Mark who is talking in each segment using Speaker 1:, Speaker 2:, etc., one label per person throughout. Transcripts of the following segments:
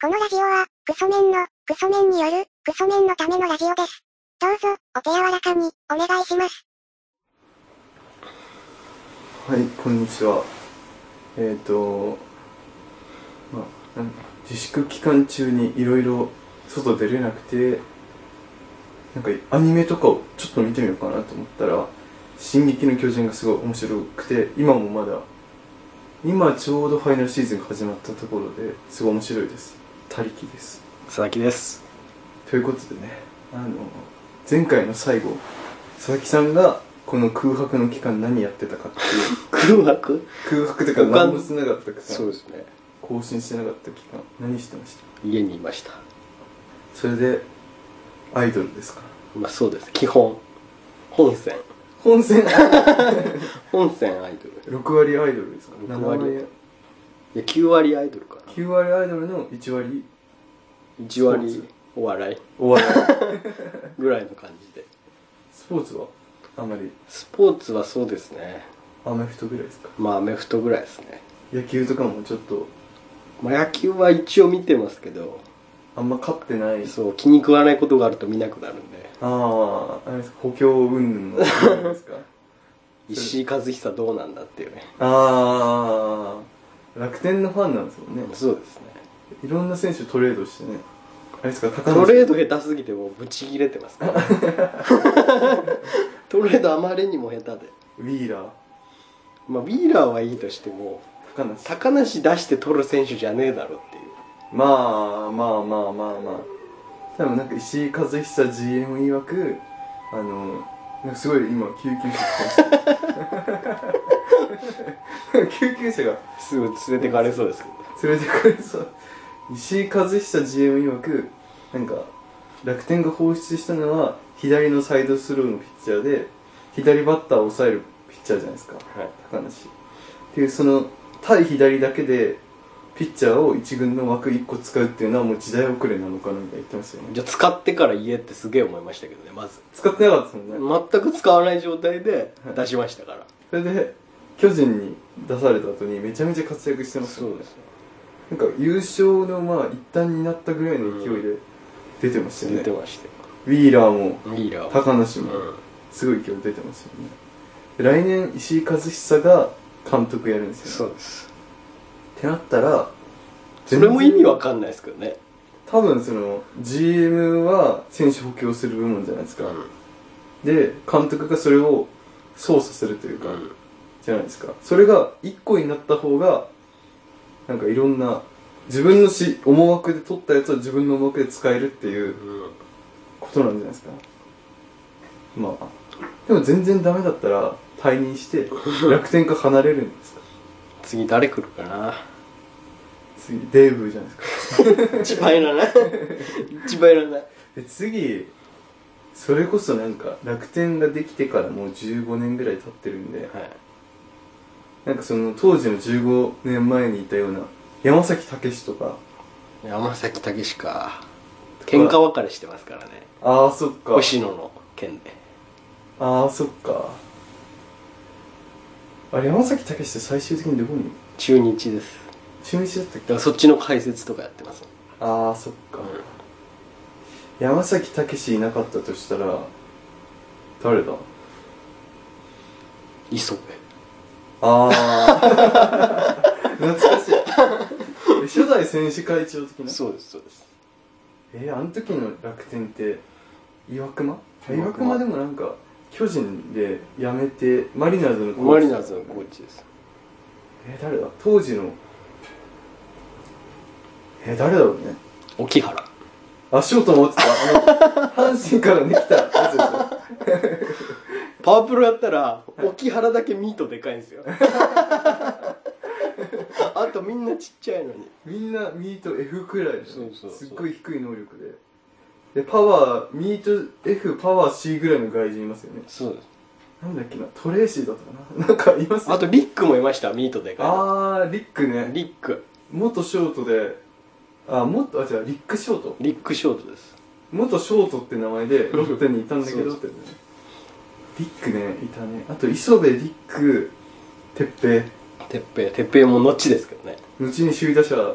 Speaker 1: このラジオは、クソメンの、クソメンによる、クソメンのためのラジオです。どうぞ、お手柔らかに、お願いします。
Speaker 2: はい、こんにちは。えっ、と、まあ、なん自粛期間中にいろいろ外出れなくて、なんかアニメとかをちょっと見てみようかなと思ったら、進撃の巨人がすごい面白くて、今もまだ、今ちょうどファイナルシーズンが始まったところですごい面白いです。他力です。
Speaker 3: 佐々木です
Speaker 2: ということでねあの前回の最後佐々木さんがこの空白の期間何やってたかっていう
Speaker 3: 空白
Speaker 2: 空白というか
Speaker 3: 他の
Speaker 2: 何もしてなかった期
Speaker 3: そう
Speaker 2: 間
Speaker 3: ですね
Speaker 2: 更新してなかった期間何してました
Speaker 3: 家にいました
Speaker 2: それでアイドルですか
Speaker 3: まあそうです基本本線
Speaker 2: 本 戦6
Speaker 3: 本線アイドル
Speaker 2: 割アイドルですか
Speaker 3: 6
Speaker 2: 7
Speaker 3: 割
Speaker 2: 割
Speaker 3: いや9割アイドルかな
Speaker 2: 9割アイドルの1割
Speaker 3: 1
Speaker 2: ス
Speaker 3: 割
Speaker 2: ポーツ
Speaker 3: お笑い
Speaker 2: 終わる
Speaker 3: ぐらいの感じで
Speaker 2: スポーツはあまり
Speaker 3: スポーツはそうですね
Speaker 2: アメフトぐらいですか
Speaker 3: まあアメフトぐらいですね
Speaker 2: 野球とかもちょっと
Speaker 3: まあ野球は一応見てますけど
Speaker 2: あんま勝ってない
Speaker 3: そう気に食わないことがあると見なくなるんで
Speaker 2: あああれですか補強云々の問題 ですか
Speaker 3: 石井和久どうなんだっていうね
Speaker 2: ああ楽天のファンなんですもんね
Speaker 3: そうですね
Speaker 2: いろんな選手トレードしてねあれですか高
Speaker 3: トレー
Speaker 2: 梨
Speaker 3: ド下手すぎてもうブチ切れてます から、トレードあまりにも下手で
Speaker 2: ウィーラー
Speaker 3: まあ、ウィーラーはいいとしても
Speaker 2: 高梨
Speaker 3: 高梨出して取る選手じゃねえだろっていう
Speaker 2: まあまあまあまあまあ多分なんか石井和久 GM 曰くあのなんかすごい今救急車来てます救急車が
Speaker 3: すぐ連れてかれそうですけど
Speaker 2: 連れてくれそう石井和久 GM 曰くなんか楽天が放出したのは左のサイドスローのピッチャーで左バッターを抑えるピッチャーじゃないですか
Speaker 3: はい
Speaker 2: 高梨っていうその対左だけでピッチャーを一軍の枠一個使うっていうのはもう時代遅れなのかなみたいな言ってましたよね
Speaker 3: じゃあ使ってから言えってすげえ思いましたけどねまず
Speaker 2: 使ってなかったもんね、
Speaker 3: 全く使わない状態で出しましたから、
Speaker 2: それで巨人に出された後にめちゃめちゃ活躍してますよね
Speaker 3: よ
Speaker 2: なんか優勝のまあ一端になったぐらいの勢いで出てましたよね、
Speaker 3: 出てましたよ
Speaker 2: ウィーラーも
Speaker 3: ウィーラーは
Speaker 2: 高梨
Speaker 3: う
Speaker 2: も
Speaker 3: ん
Speaker 2: すごい今日出てますよね来年石井和久が監督やるんですよ、
Speaker 3: そうです
Speaker 2: ってなったら
Speaker 3: それも意味わかんないですけどね
Speaker 2: 多分その GM は選手補強する部門じゃないですか、で監督がそれを操作するというか、
Speaker 3: うん
Speaker 2: じゃないですかそれが1個になった方がなんかいろんな自分のし思惑で取ったやつを自分の思惑で使えるっていう
Speaker 3: うん
Speaker 2: ことなんじゃないですかまあでも全然ダメだったら退任して楽天から離れるんですか
Speaker 3: 次誰来るかな
Speaker 2: 次デーブじゃないですか
Speaker 3: 一番いら ない一番いらない
Speaker 2: で次それこそなんか楽天ができてからもう15年ぐらい経ってるんで
Speaker 3: はい
Speaker 2: なんかその当時の15年前にいたような山崎武史とか
Speaker 3: 山崎武か喧嘩別れしてますからね
Speaker 2: ああそっか
Speaker 3: 星野の件で
Speaker 2: ああそっかあれ山崎武史って最終的にどこに
Speaker 3: 中日です
Speaker 2: 中日だったっ
Speaker 3: だ
Speaker 2: け
Speaker 3: からそっちの解説とかやってます
Speaker 2: ああそっか、山崎武史いなかったとしたら誰だ
Speaker 3: 磯部
Speaker 2: ああ懐かしいえ初代選手会長的な
Speaker 3: そうですそうです
Speaker 2: えー、あの時の楽天って岩隈
Speaker 3: 岩
Speaker 2: 岩
Speaker 3: 隈
Speaker 2: 隈でもなんか巨人で辞めてマリナーズのコーチ
Speaker 3: マリナーズのコーチです
Speaker 2: えー、誰だ当時のえー、誰だろうね
Speaker 3: 沖原
Speaker 2: あショート持ってたあの 阪神からね来たやつでしょ
Speaker 3: パワープロやったら沖原だけミートでかいんですよあとみんなちっちゃいのに
Speaker 2: みんなミート F くらいで
Speaker 3: そうそうそう
Speaker 2: すっごい低い能力ででパワーミート F パワー C ぐらいの外人いますよね
Speaker 3: そうです
Speaker 2: なんだっけなトレーシーだったかななん かいますよ
Speaker 3: あとリックもいましたミートでか
Speaker 2: あーリックね
Speaker 3: いのリック
Speaker 2: 元ショートであ元あ違うリックショート
Speaker 3: リックショートです
Speaker 2: 元ショートって名前でロッテにいたんだけど
Speaker 3: そ
Speaker 2: っ
Speaker 3: う
Speaker 2: てねリックねいたねあと磯部リック哲平
Speaker 3: てっぺいてっぺいも後ですけどね
Speaker 2: 後に首位打者
Speaker 3: うん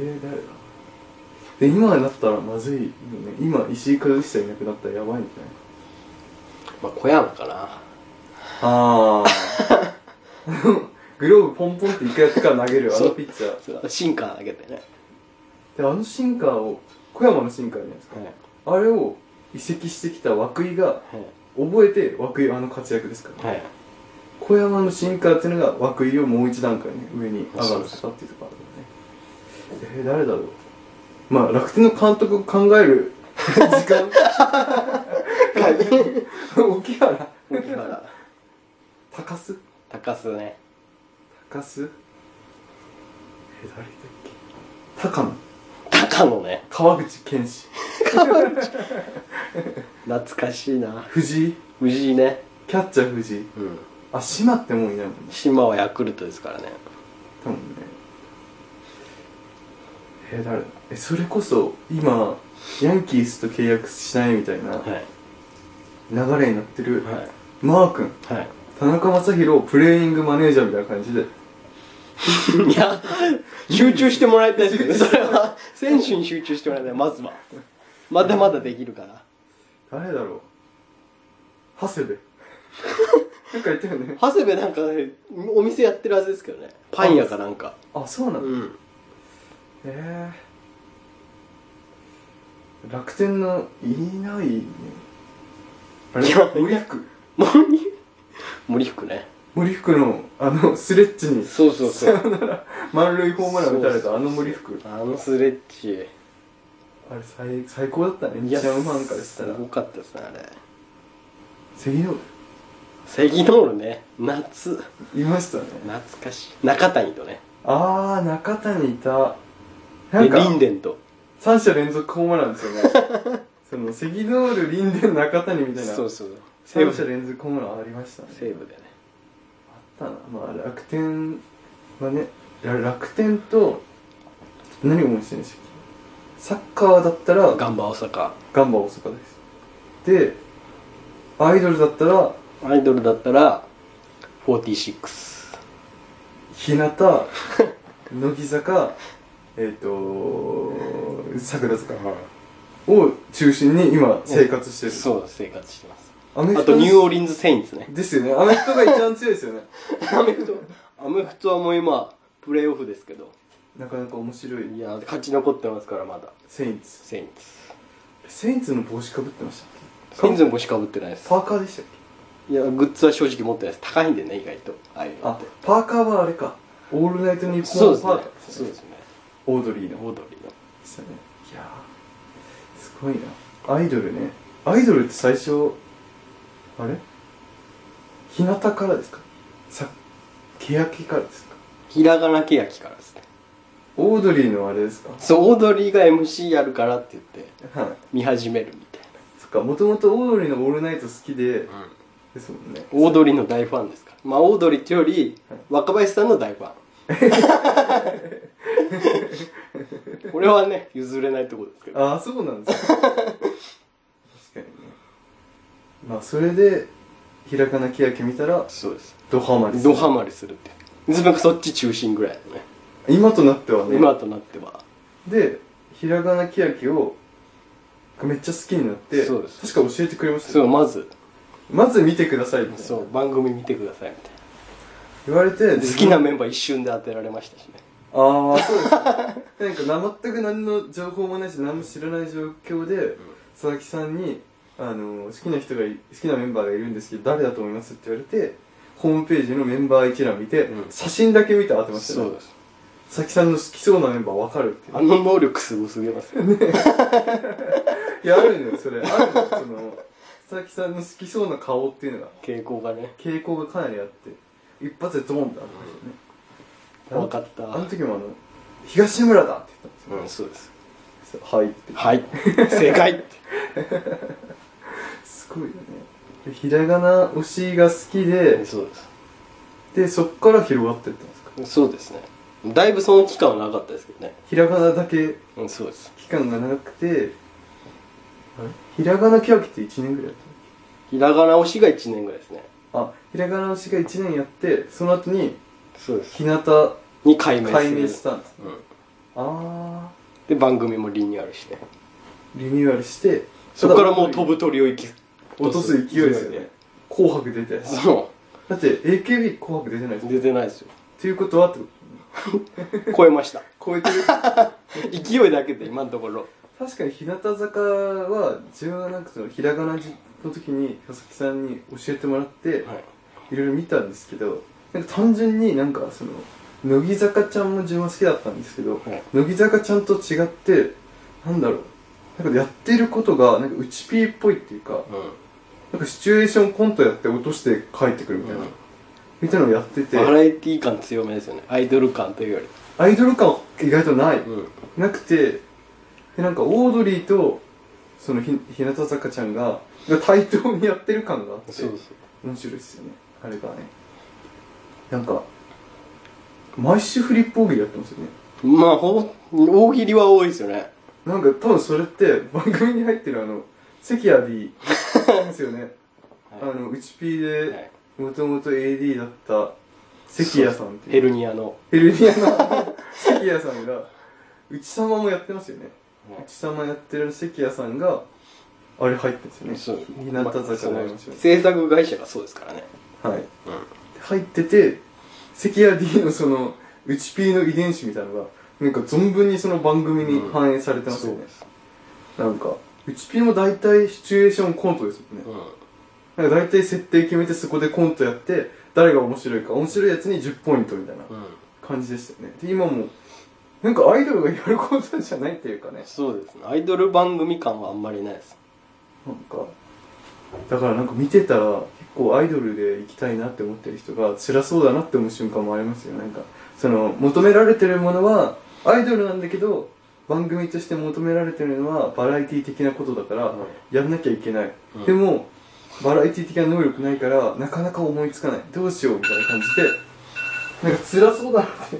Speaker 2: えー、誰だで今になったらまずいよね今石井和久いなくなったらやばいんじゃない
Speaker 3: まあ小山かな
Speaker 2: ああ グローブポンポンって一回やってから投げるあのピッチャー
Speaker 3: そうシンカー投げてね、
Speaker 2: であのシンカーを小山のシンカーじゃないですか
Speaker 3: はいはい
Speaker 2: あれを移籍してきた涌井が覚えて涌井あの活躍ですから、
Speaker 3: はい、
Speaker 2: 小山の進化っていうのが涌井をもう一段階ね上に上がらせたっていうところあるよねえー、誰だろうまあ楽天の監督を考える 時間沖原
Speaker 3: 荻原
Speaker 2: 高須
Speaker 3: 高須ね
Speaker 2: 高須えー、誰だっけ高野
Speaker 3: 高野ね
Speaker 2: 川口健志
Speaker 3: 懐かしいな
Speaker 2: 藤井
Speaker 3: 藤井ね
Speaker 2: キャッチャー藤井
Speaker 3: うん
Speaker 2: あ島ってもういないもんね
Speaker 3: 島はヤクルトですからね
Speaker 2: 多分ねえー、誰だえそれこそ今ヤンキースと契約しないみたいな
Speaker 3: はい
Speaker 2: 流れになってる、
Speaker 3: はい
Speaker 2: マー君
Speaker 3: は
Speaker 2: 田中将大をプレイングマネージャーみたいな感じで
Speaker 3: いいや集中してもらいたいですけど それは選手に集中してもらいたいまずはまだまだできるから
Speaker 2: 誰だろう長谷 部なんか言ったよね
Speaker 3: 長谷部なんかお店やってるはずですけどねパン屋かなんか
Speaker 2: あそうなんだ、
Speaker 3: うん
Speaker 2: えー、楽天のいないねあれ
Speaker 3: いや
Speaker 2: 森福
Speaker 3: 森森福ね
Speaker 2: 森福のあのスレッチに
Speaker 3: そうそうそう
Speaker 2: 満塁ホームラン打たれたあの森福
Speaker 3: あのスレッチ
Speaker 2: あれ最最高だったね日ハムファンからしたら
Speaker 3: すごかったですねあれ
Speaker 2: 関の
Speaker 3: 関ノールね夏
Speaker 2: いましたね
Speaker 3: 懐かしい中谷とね
Speaker 2: あー中谷いたな
Speaker 3: で
Speaker 2: んか
Speaker 3: リンデンと
Speaker 2: 3者連続ホームランですよね その関ノール林伝中谷みたいな
Speaker 3: そうそう西
Speaker 2: 3
Speaker 3: 武
Speaker 2: 者連続ホームランありましたね
Speaker 3: 西武でね
Speaker 2: あったなまあ楽天はねら楽天と何を思いしてるんでしたっけサッカーだったら
Speaker 3: ガンバ大阪
Speaker 2: ガンバ大阪ですでアイドルだったら
Speaker 3: アイドルだったら46
Speaker 2: 日向 乃木坂えっ、と桜塚を中心に今生活してる
Speaker 3: そう生活してます
Speaker 2: あの人
Speaker 3: あとニューオーリンズ・セインツね
Speaker 2: ですよねあの人が一番強いですよね
Speaker 3: アメフトアメフトはもう今プレーオフですけど
Speaker 2: なかなか面白い
Speaker 3: いや勝ち残ってますからまだ
Speaker 2: セインツ
Speaker 3: セインツ
Speaker 2: セインツの帽子かぶってましたっけ
Speaker 3: セインツの帽子かぶってないです
Speaker 2: パーカーでしたっけ
Speaker 3: いやグッズは正直持ってないです高いんでね意外とああいうのっ
Speaker 2: あ
Speaker 3: て
Speaker 2: パーカーはあれかオールナイトニッポン
Speaker 3: そう
Speaker 2: の
Speaker 3: です
Speaker 2: パ
Speaker 3: ね
Speaker 2: ーカーです
Speaker 3: そう
Speaker 2: よ
Speaker 3: で
Speaker 2: ね
Speaker 3: すね
Speaker 2: オードリーの
Speaker 3: オードリーの
Speaker 2: でしたねいやーすごいなアイドルねアイドルって最初あれ日向からですかさ欅からですか
Speaker 3: ひらがなけやきからですね
Speaker 2: オードリーのあれですか
Speaker 3: そうオードリーが MC やるからって言って
Speaker 2: はい
Speaker 3: 見始めるみたい
Speaker 2: そっかもともとオードリーの「オールナイト」好きで
Speaker 3: な、
Speaker 2: ですもんね
Speaker 3: オードリーの大ファンですからまあオードリーっていうより若林さんの大 ファンこれはね譲れないところですけど
Speaker 2: ああそうなんですか確かにねまあそれでひらかなきやき見たら
Speaker 3: そうです
Speaker 2: ドハマりする
Speaker 3: ドハマりするって自分がそっち中心ぐらいのね
Speaker 2: 今となってはね
Speaker 3: 今となっては
Speaker 2: でひらがなきやきをめっちゃ好きになって
Speaker 3: そうです
Speaker 2: 確か教えてくれました
Speaker 3: そ
Speaker 2: よ
Speaker 3: うまず
Speaker 2: まず見てくださいみたいな
Speaker 3: そう番組見てくださいみたい
Speaker 2: 言われて
Speaker 3: なで好きなメンバー一瞬で当てられましたしね
Speaker 2: ああそうですねなんか全く何の情報もないし何も知らない状況で佐々木さんにあの好きな人がい好きなメンバーがいるんですけど誰だと思いますって言われてホームページのメンバー一覧見て、
Speaker 3: うん
Speaker 2: 写真だけ見て当てました
Speaker 3: そ
Speaker 2: ね
Speaker 3: うです
Speaker 2: 佐々木さんの好きそうなメンバーわかるっていう
Speaker 3: あの能力すごすぎますよ
Speaker 2: いやあるのよそれあるのよその佐々木さんの好きそうな顔っていうのが
Speaker 3: 傾向がね
Speaker 2: 傾向がかなりあって一発でドーンって当てましたね
Speaker 3: 分かった
Speaker 2: あの時もあの「東村だ!」って言ったん
Speaker 3: う
Speaker 2: で
Speaker 3: んそうです
Speaker 2: すよ、はいって
Speaker 3: はい正解って
Speaker 2: すごいよねでひらがな推しが好きで
Speaker 3: そうです
Speaker 2: でそっから広がっていったんですか
Speaker 3: そうですねだいぶその期間はなかったですけどね
Speaker 2: ひらがなだけ
Speaker 3: うんそうです
Speaker 2: 期間が長くてあれひらがなきわきって1年ぐらいやっ
Speaker 3: ひらがな推しが1年ぐらいですね
Speaker 2: たのあひらがな推しが1年やってその後に
Speaker 3: そうで
Speaker 2: 日向
Speaker 3: に解明する
Speaker 2: 解明したんです
Speaker 3: うん
Speaker 2: ああ
Speaker 3: で番組もリニューアルして
Speaker 2: ーリニューアルして
Speaker 3: そこからもう飛ぶ鳥を行き
Speaker 2: 落とす勢いですよね紅白出て
Speaker 3: そ
Speaker 2: だって AKB 紅白出てないです
Speaker 3: う
Speaker 2: よっ
Speaker 3: 出てないですよ
Speaker 2: ていうことはって
Speaker 3: 超えました
Speaker 2: 超えて る
Speaker 3: 勢いだけで今のところ
Speaker 2: 確かに日向坂は自分はなんかそのひらがなじの時に佐々木さんに教えてもらって、
Speaker 3: はい
Speaker 2: いろいろ見たんですけどなんか単純になんかその乃木坂ちゃんも自分は好きだったんですけど、
Speaker 3: はい
Speaker 2: 乃木坂ちゃんと違ってなんだろうなんかやってることがなんか内 P っぽいっていうかなんかシチュエーションコントやって落として帰ってくるみたいな、
Speaker 3: うん
Speaker 2: みたいなのをやってて
Speaker 3: バラエティー感強めですよねアイドル感というより
Speaker 2: アイドル感は意外とない、
Speaker 3: うん
Speaker 2: なくてでなんかオードリーとそのひ日向坂ちゃんがが対等にやってる感があって
Speaker 3: そうそう
Speaker 2: 面白いですよねあれがねなんか毎週フリップ大喜利やってますよね
Speaker 3: まあほぼ大喜利は多いですよね
Speaker 2: なんか多分それって番組に入ってるあの関谷 D ですよね、
Speaker 3: はい
Speaker 2: あの内 P で
Speaker 3: い
Speaker 2: もともと AD だった関谷さんってい
Speaker 3: ヘ
Speaker 2: う
Speaker 3: ルニアの
Speaker 2: ヘルニアの関谷さんが内様もやってますよね内様やってる関谷さんがあれ入ってるんですよね
Speaker 3: そう
Speaker 2: 日向坂
Speaker 3: そ
Speaker 2: になりま
Speaker 3: の
Speaker 2: すよね
Speaker 3: 制作会社がそうですからね
Speaker 2: はい
Speaker 3: うん
Speaker 2: 入ってて関谷 D のその内 P の遺伝子みたいなのがなんか存分にその番組に反映されてますよね、なんか内 P も大体シチュエーションコントですもんね、なんか大体設定決めてそこでコントやって誰が面白いか面白いやつに10ポイントみたいな
Speaker 3: うんうん
Speaker 2: 感じでしたよねで今もなんかアイドルがやることじゃないっていうかね
Speaker 3: そうですねアイドル番組感はあんまりないです
Speaker 2: なんかだからなんか見てたら結構アイドルで行きたいなって思ってる人が辛そうだなって思う瞬間もありますよなんかその求められてるものはアイドルなんだけど番組として求められてるのはバラエティ的なことだから
Speaker 3: うん
Speaker 2: やんなきゃいけない、
Speaker 3: うん
Speaker 2: でもバラエティ的な能力ないからなかなか思いつかないどうしようみたいな感じでなんか辛そうだなって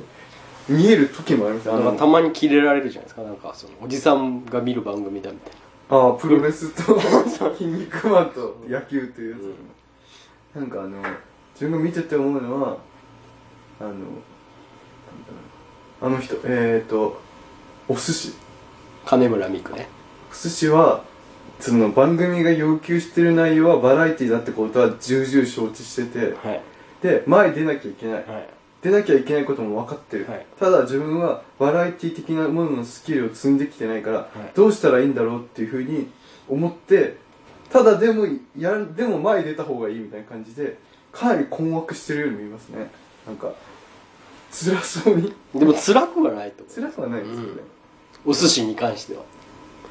Speaker 2: 見える時もありますあ
Speaker 3: なん
Speaker 2: の
Speaker 3: かたまにキレられるじゃないですかなんかそのおじさんが見る番組だみたい
Speaker 2: ああプロレスと 筋肉マンと野球というやつ、なんかあの自分が見てて思うのはあのなんだろうあの人えー、とお寿司
Speaker 3: な金村美久ね
Speaker 2: お寿司はその番組が要求してる内容はバラエティだってことは重々承知してて
Speaker 3: はい
Speaker 2: で前に出なきゃいけない
Speaker 3: はい
Speaker 2: 出なきゃいけないことも分かってる、
Speaker 3: はい
Speaker 2: ただ自分はバラエティ的なもののスキルを積んできてないから、
Speaker 3: い
Speaker 2: どうしたらいいんだろうっていうふうに思ってただでもやんでも前に出た方がいいみたいな感じでかなり困惑してるように見えますねなんか辛そうに
Speaker 3: でも辛くはないと思う
Speaker 2: 辛くはないですよね、
Speaker 3: うんお寿司に関しては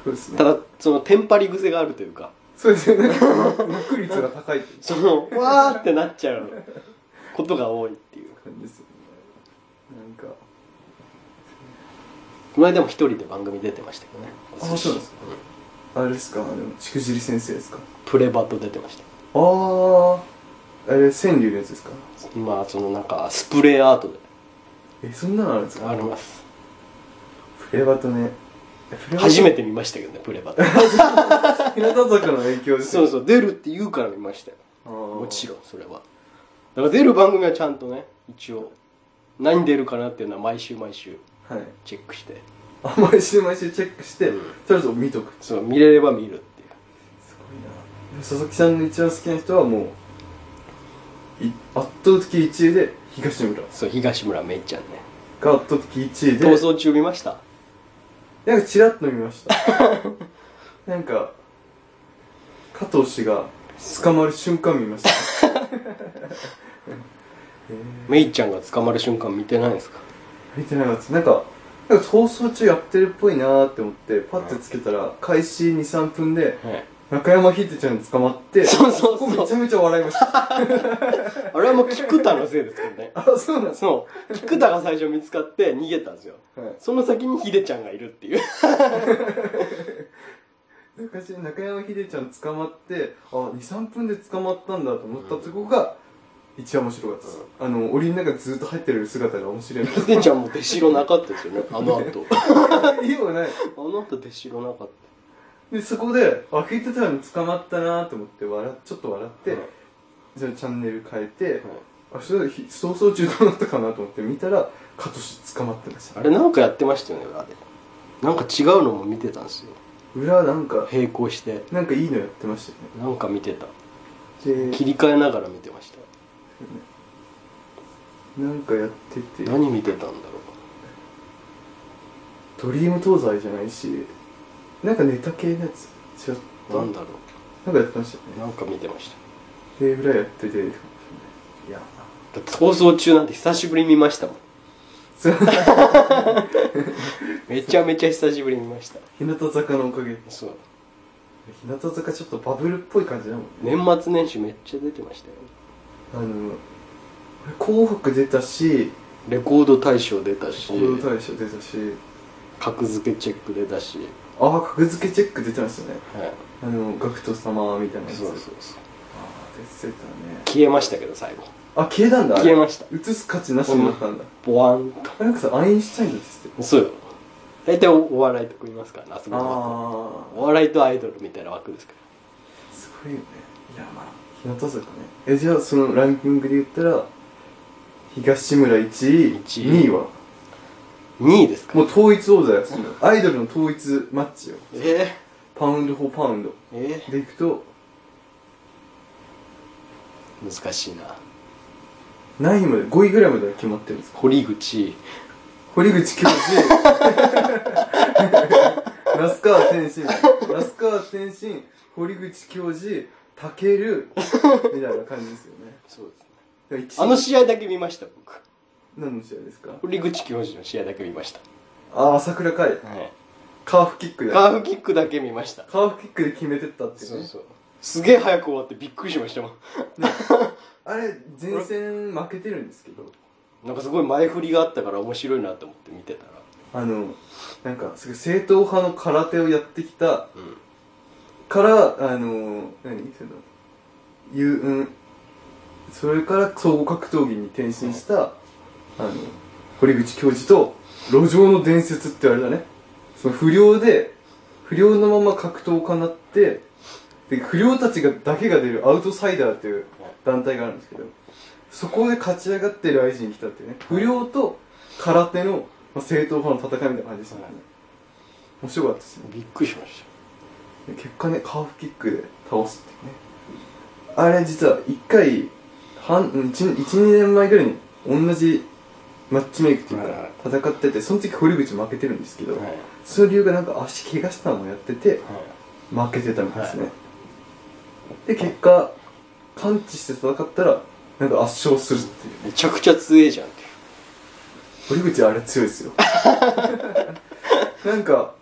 Speaker 2: そうですね
Speaker 3: ただそのテンパり癖があるというか
Speaker 2: そうですよね確率が高いっていう
Speaker 3: そのわーってなっちゃうことが多いっていう
Speaker 2: 感じですよねなんか
Speaker 3: この間も一人で番組出てましたけどね
Speaker 2: あそうなんですかあれですかあのしくじり先生ですか
Speaker 3: プレバト出てました
Speaker 2: あああれ川柳のやつですか
Speaker 3: まあそのなんかスプレーアートで
Speaker 2: えそんなのあるんですか
Speaker 3: あります
Speaker 2: フレバトねフレバト
Speaker 3: 初めて見ましたけどねプレバ ト
Speaker 2: 日向坂の影響です
Speaker 3: そ
Speaker 2: よ
Speaker 3: うそう出るって言うから見ましたよ
Speaker 2: も
Speaker 3: もちろんそれはだから出る番組はちゃんとね一応何出るかなっていうのは毎週毎週
Speaker 2: んはい
Speaker 3: チェックして
Speaker 2: あ毎週毎週チェックして、
Speaker 3: うん
Speaker 2: とりあえず見とく
Speaker 3: そう見れれば見るっていう
Speaker 2: すごいなでも佐々木さんの一番好きな人はもうい圧倒的1位で東村
Speaker 3: そう東村めいちゃんね
Speaker 2: が圧倒的1位で
Speaker 3: 逃走中見ました
Speaker 2: なんかチラッと見ました なんか加藤氏が捕まる瞬間見ました
Speaker 3: めいちゃんが捕まる瞬間見てないんですか
Speaker 2: 見てなかったなんかなんか逃走中やってるっぽいなーって思ってパッてつけたら開始23分で
Speaker 3: はい
Speaker 2: 中山秀ちゃんに捕まって
Speaker 3: そうそうそう
Speaker 2: ここめちゃめちゃ笑いました
Speaker 3: あれはもう菊田のせいですけどね
Speaker 2: あそうなんです
Speaker 3: そう菊田が最初見つかって逃げたんですよ
Speaker 2: はい
Speaker 3: その先にヒデちゃんがいるっていう
Speaker 2: 昔中山秀ちゃん捕まってあ23分で捕まったんだと思ったとこが一番面白かったです、あの檻の中ずっと入ってる姿が面白いな
Speaker 3: ヒデちゃんも出城なかったですよねあの後
Speaker 2: 家はない
Speaker 3: あの後出城なかっ
Speaker 2: でそこであ秀ちゃん捕まったなと思って笑っちょっと笑って、
Speaker 3: たで、
Speaker 2: じゃあチャンネル変えて、
Speaker 3: はい
Speaker 2: あそれでひ早々中断だったかなと思って見たらカトシ捕まってました
Speaker 3: あれなんかやってましたよね裏でなんか違うのも見てたんですよ
Speaker 2: 裏なんか
Speaker 3: 並行して
Speaker 2: なんかいいのやってましたよね
Speaker 3: なんか見てた
Speaker 2: で
Speaker 3: 切り替えながら見てました
Speaker 2: なんかやってて
Speaker 3: 何見てたんだろ
Speaker 2: ドリーム東西じゃないしなんかネタ系のやつ違っ
Speaker 3: う
Speaker 2: た
Speaker 3: なんだろ
Speaker 2: なんかやってましたよ
Speaker 3: う
Speaker 2: ね
Speaker 3: なんか見てました
Speaker 2: で裏やってていや
Speaker 3: だって放送中なんて久しぶりに見ましたもん
Speaker 2: それ
Speaker 3: めちゃめちゃ久しぶりに見ました
Speaker 2: 日向坂のおかげで
Speaker 3: そう
Speaker 2: 日向坂ちょっとバブルっぽい感じだもんね
Speaker 3: 年末年始めっちゃ出てましたよ
Speaker 2: あの俺紅白出たし
Speaker 3: レコード大賞出たし
Speaker 2: 報道大賞出たし
Speaker 3: 格付けチェック出たし、
Speaker 2: ああ格付けチェック出てましたね
Speaker 3: は
Speaker 2: あの GACKT 様みたいなやつ
Speaker 3: そうそうそう
Speaker 2: あー出てたね
Speaker 3: 消えましたけど最後
Speaker 2: あ消えたんだ
Speaker 3: 消えました
Speaker 2: 映す価値なしになったんだ
Speaker 3: ボワンと
Speaker 2: あなんかさアインシュタインのつって
Speaker 3: そうよ大体おお笑いと組みますからねあそこ
Speaker 2: あ
Speaker 3: の枠お
Speaker 2: あ
Speaker 3: 笑いとアイドルみたいな枠ですか
Speaker 2: すごいよねいやまあ日向坂ねえじゃあそのランキングで言ったら東村1位
Speaker 3: 一位
Speaker 2: 2位は
Speaker 3: ら2位ですか
Speaker 2: もう統一王座やそのアイドルの統一マッチよ
Speaker 3: え
Speaker 2: パウンド・フォー・パウンド
Speaker 3: ー、え
Speaker 2: でいくと
Speaker 3: ー、難しいな
Speaker 2: 何位まで5位ぐらいまでは決まってるんですか
Speaker 3: 堀口
Speaker 2: 堀口 教授那須川天心那須川天心堀口教授たけるみたいな感じですよね
Speaker 3: そう
Speaker 2: だ
Speaker 3: ですね
Speaker 2: から一位
Speaker 3: あの試合だけ見ました僕
Speaker 2: 何の試合ですか
Speaker 3: 堀口教授の試合だけ見ました
Speaker 2: ああ朝倉海
Speaker 3: はい
Speaker 2: カーフキックで
Speaker 3: カーフキックだけ見ました
Speaker 2: カーフキックで決めてったっていうね
Speaker 3: うすげえ早く終わってびっくりしましたもん
Speaker 2: あれ前線負けてるんですけど
Speaker 3: なんかすごい前振りがあったから面白いなと思って見てたら
Speaker 2: あのなんかすごい正統派の空手をやってきた
Speaker 3: うん
Speaker 2: から、あの、何その、ゆう、うん、それから総合格闘技に転身した、あの、堀口教授と、路上の伝説ってあれだね。その不良で、不良のまま格闘家になって、で、不良たちが、だけが出るアウトサイダーっていう団体があるんですけど、そこで勝ち上がってライジンに来たっていうね。不良と空手の、まあ、正統派の戦いみたいな感じですよね
Speaker 3: はい。
Speaker 2: 面白かったですね。
Speaker 3: びっくりしまし
Speaker 2: 結果ねカーフキックで倒すっていうねあれ実は1回半12年前ぐらいに同じマッチメイクっていう
Speaker 3: はいはい
Speaker 2: か戦っててその時堀口負けてるんですけ
Speaker 3: た
Speaker 2: ど、
Speaker 3: はい、
Speaker 2: その理由がなんか足怪我したのをやってて負けてたみたいですね、
Speaker 3: は
Speaker 2: で結果完治して戦ったらなんか圧勝するっていう
Speaker 3: めちゃくちゃ強えじゃんっていう
Speaker 2: 堀口あれ強いですよ なんか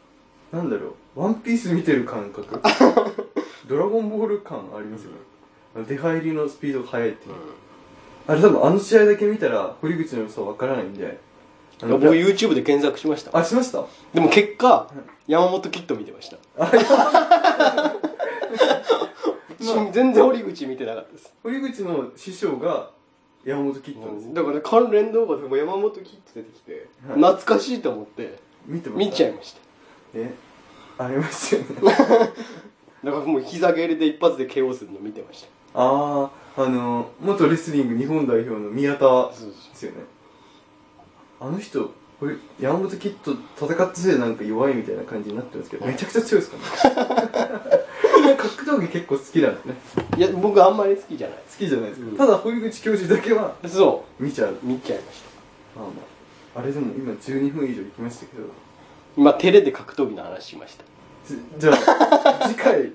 Speaker 2: なんだろうワンピース見てる感 覚ドラゴンボール感ありますよねあの出入りのスピードが速いっていう、あれ多分あの試合だけ見たら堀口の良さわからないんであ
Speaker 3: いや
Speaker 2: の
Speaker 3: 僕 YouTube で検索しました
Speaker 2: あしました
Speaker 3: でも結果山本キッド見てま したし全然堀口見てなかったです
Speaker 2: 堀口の師匠が山本キッドですよ、
Speaker 3: だから関連動画でも山本キッド出てきて
Speaker 2: はい
Speaker 3: 懐かしいと思って
Speaker 2: 見てました
Speaker 3: 見ちゃいました
Speaker 2: えありましたよね
Speaker 3: だからもう膝蹴りで一発で KO するの見てました
Speaker 2: あああの元レスリング日本代表の宮田
Speaker 3: そう
Speaker 2: ですよねあの人これ山本キッド戦ってせいでなんか弱いみたいな感じになってるんですけどめちゃくちゃ強いですからね 格闘技結構好きなんですね
Speaker 3: いや僕あんまり好きじゃない
Speaker 2: 好きじゃないですか、
Speaker 3: うん
Speaker 2: ただ堀口教授だけは
Speaker 3: ですそ
Speaker 2: 見ちゃう
Speaker 3: う見ちゃいました
Speaker 2: まあまああれでも今12分以上行きましたけど
Speaker 3: 今テレで格闘技の話しました
Speaker 2: じじゃあ 次回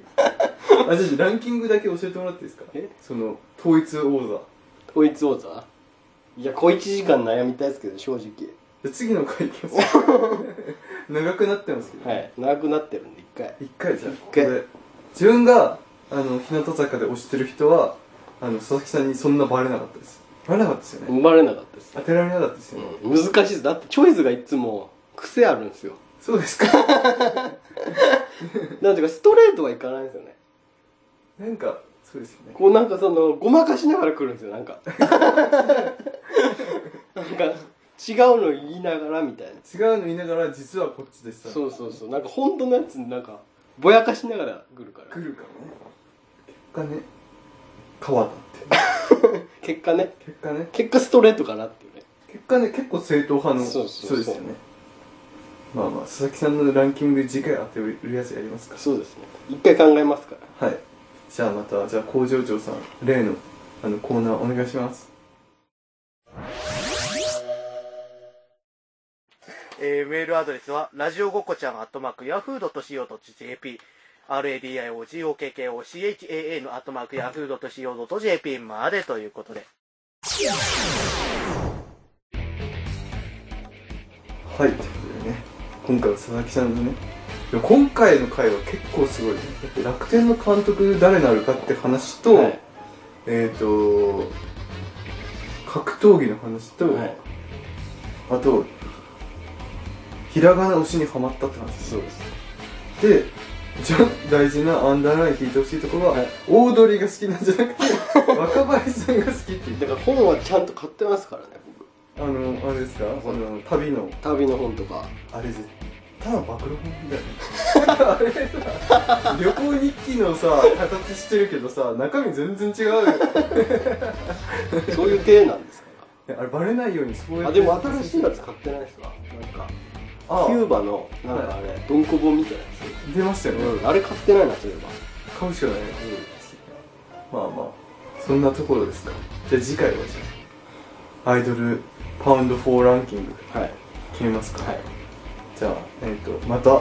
Speaker 2: あじゃあランキングだけ教えてもらっていいですか
Speaker 3: え
Speaker 2: その統一王座
Speaker 3: 統一王座いや小1時間悩みたいですけど正直
Speaker 2: じゃあ次の回行き ますか長くなってますけど、
Speaker 3: はい長くなってるんで一回
Speaker 2: 一回じゃんこ
Speaker 3: 回
Speaker 2: れ自分があの日向坂で推してる人はあの佐々木さんにそんなバレなかったですバレなかったですよね、
Speaker 3: 生まれなかったです、
Speaker 2: 当てられなかったですよね、
Speaker 3: うん、難しいですだってチョイスがいつも癖あるんですよ
Speaker 2: そうですか
Speaker 3: なんていうかストレートはいかないんですよね
Speaker 2: なんかそうですよね
Speaker 3: こうなんかそのごまかしながら来るんですよなんかなんか違うの言いながらみたいな
Speaker 2: 違うの言いながら実はこっちでした
Speaker 3: そうそうそうなんか本当のやつなんかぼやかしながら来るから
Speaker 2: 来るからね結果ね川だって
Speaker 3: 結結果ね。
Speaker 2: 結果ね
Speaker 3: 結果ストレートかなっていうね。
Speaker 2: 結果ね結構正統派の
Speaker 3: そうそうそう
Speaker 2: ですよねまあまあ佐々木さんのランキング次回当てるやつやりますか
Speaker 3: そうですね。一回考えますから。
Speaker 2: はいじゃあまたじゃあ工場長さん例のあのコーナーお願いします
Speaker 4: えーメールアドレスは、ラジオごっこちゃん、アットマーク、ヤフードと .co.jp、radiogokkocha のアットマーク、ヤフードと .co.jp までということで。
Speaker 2: はいということでね今回は佐々木さんのねでも今回の回は結構すごいねだって楽天の監督誰なるかって話と、
Speaker 3: はい
Speaker 2: えっ、と格闘技の話と、
Speaker 3: はい。
Speaker 2: あとひらがな推しにはまったって話です
Speaker 3: そうです。
Speaker 2: でじゃ大事なアンダーライン引いてほしいとこは、
Speaker 3: はい
Speaker 2: オードリーが好きなんじゃなくて若林さんが好きって言って
Speaker 3: だから本はちゃんと買ってますからね、僕。
Speaker 2: あのあれですかあの旅の
Speaker 3: 旅の本とか。
Speaker 2: あれ絶ただ暴露本みたいなあれさ旅行日記のさ形してるけどさ中身全然違うよ
Speaker 3: そういう体なん ですか
Speaker 2: あれバレないようにそうや
Speaker 3: ら。あ、
Speaker 2: って
Speaker 3: でも新しいやつ買ってないですかなんか、
Speaker 2: あ
Speaker 3: キューバの、なんかあれ、ドンコボみたいなや
Speaker 2: 出ましたよ
Speaker 3: つ。
Speaker 2: ね、
Speaker 3: うん。あれ買ってないな、そういえば。
Speaker 2: 買うしかない、まあまあそんなところですかじゃあ次回はじゃあアイドルパウンド4ランキング
Speaker 3: はい。
Speaker 2: 決めますか、
Speaker 3: はい。
Speaker 2: じゃあえっ、とまた